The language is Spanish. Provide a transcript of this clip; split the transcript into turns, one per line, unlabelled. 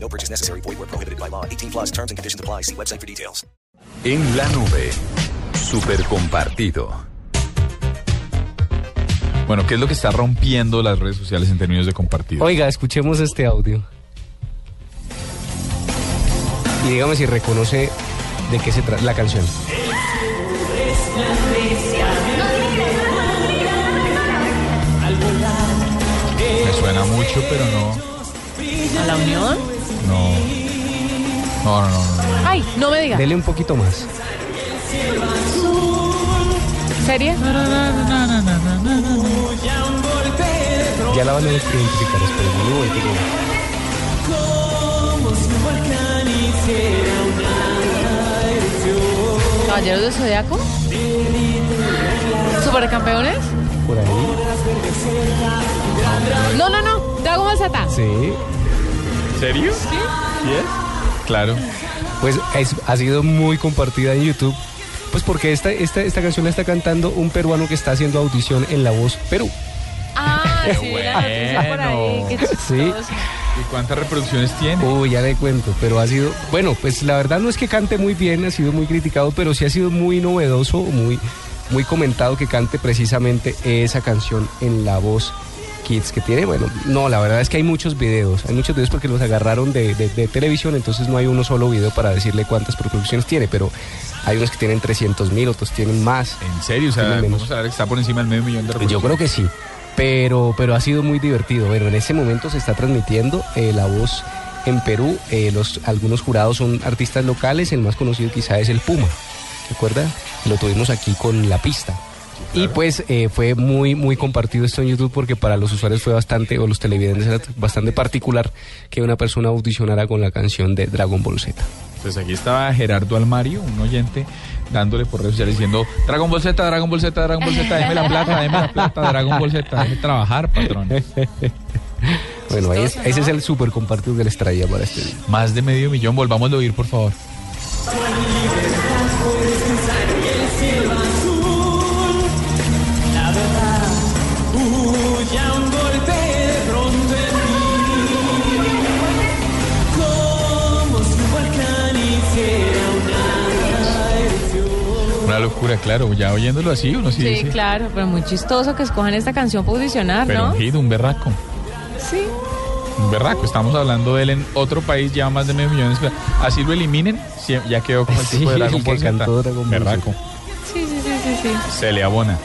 No purchase necessary. Void where prohibited by law. 18 plus terms and conditions apply. See website for details.
En la nube, super compartido. Bueno, ¿qué es lo que está rompiendo las redes sociales en términos de compartido?
Oiga, escuchemos este audio. Y dígame si reconoce de qué se trata la canción.
Me suena mucho, pero no.
¿A la unión?
No. No, no, no. no.
Ay, no me digas.
Dele un poquito más.
¿Serie?
Ya la van a identificar. espere, un momentico.
¿Caballeros del Zodiaco? ¿Supercampeones?
Por ahí.
No, no, no. Dragon Ball Z.
Sí.
¿En serio? Sí. Claro.
Pues es- ha sido muy compartida en YouTube. Pues porque esta, esta, esta canción la está cantando un peruano que está haciendo audición en La Voz Perú.
Ah, sí, la noticia por ahí. Qué
Sí.
chistoso.
¿Y cuántas reproducciones tiene?
Uy, ya le cuento, pero ha sido, bueno, pues la verdad no es que cante muy bien, ha sido muy criticado, pero sí ha sido muy novedoso, muy, muy comentado que cante precisamente esa canción en la voz Kids que tiene. Bueno, no, la verdad es que hay muchos videos, hay muchos videos porque los agarraron de, de- de televisión, entonces no hay uno solo video para decirle cuántas reproducciones tiene, pero hay unos que tienen 300 mil, otros tienen más.
¿En serio? O sea,
Tiene menos. Pues
vamos a ver que está por encima del medio millón de
Yo
reproducciones.
creo que sí, pero, pero ha sido muy divertido. Bueno, en este momento se está transmitiendo eh, la voz en Perú. Eh, los, algunos jurados son artistas locales, el más conocido quizá es el Puma. ¿Recuerda? Lo tuvimos aquí con la pista. Y pues eh, fue muy, muy compartido esto en YouTube porque para los usuarios fue bastante, o los televidentes era bastante particular que una persona audicionara con la canción de Dragon Ball Z.
Pues aquí estaba Gerardo Almario, un oyente, dándole por redes sociales diciendo Dragon Ball Z, Dragon Ball Z, Dragon Ball Z, deme la plata, deme la plata, Dragon Ball Z, déme trabajar, patrón.
Bueno, ahí es-
Chistoso, ¿no?
ese es el super compartido que les traía para este día.
Más de medio millón, volvamos a oír, por favor. Una locura, claro, ya oyéndolo así uno sí,
Sí,
dice,
claro, pero muy chistoso que escojan esta canción para audicionar,
pero
¿no?
un hit, un berraco.
Sí.
Un berraco, estamos hablando de él en otro país, ya más de medio millón. de espectadores. Así lo eliminen, sí, ya quedó como el
Sí,
tipo de Dragon
el que
Ball Z.
cantó Dragon Ball Z.
Berraco.
Sí, sí, sí, sí, sí.
Se le abona.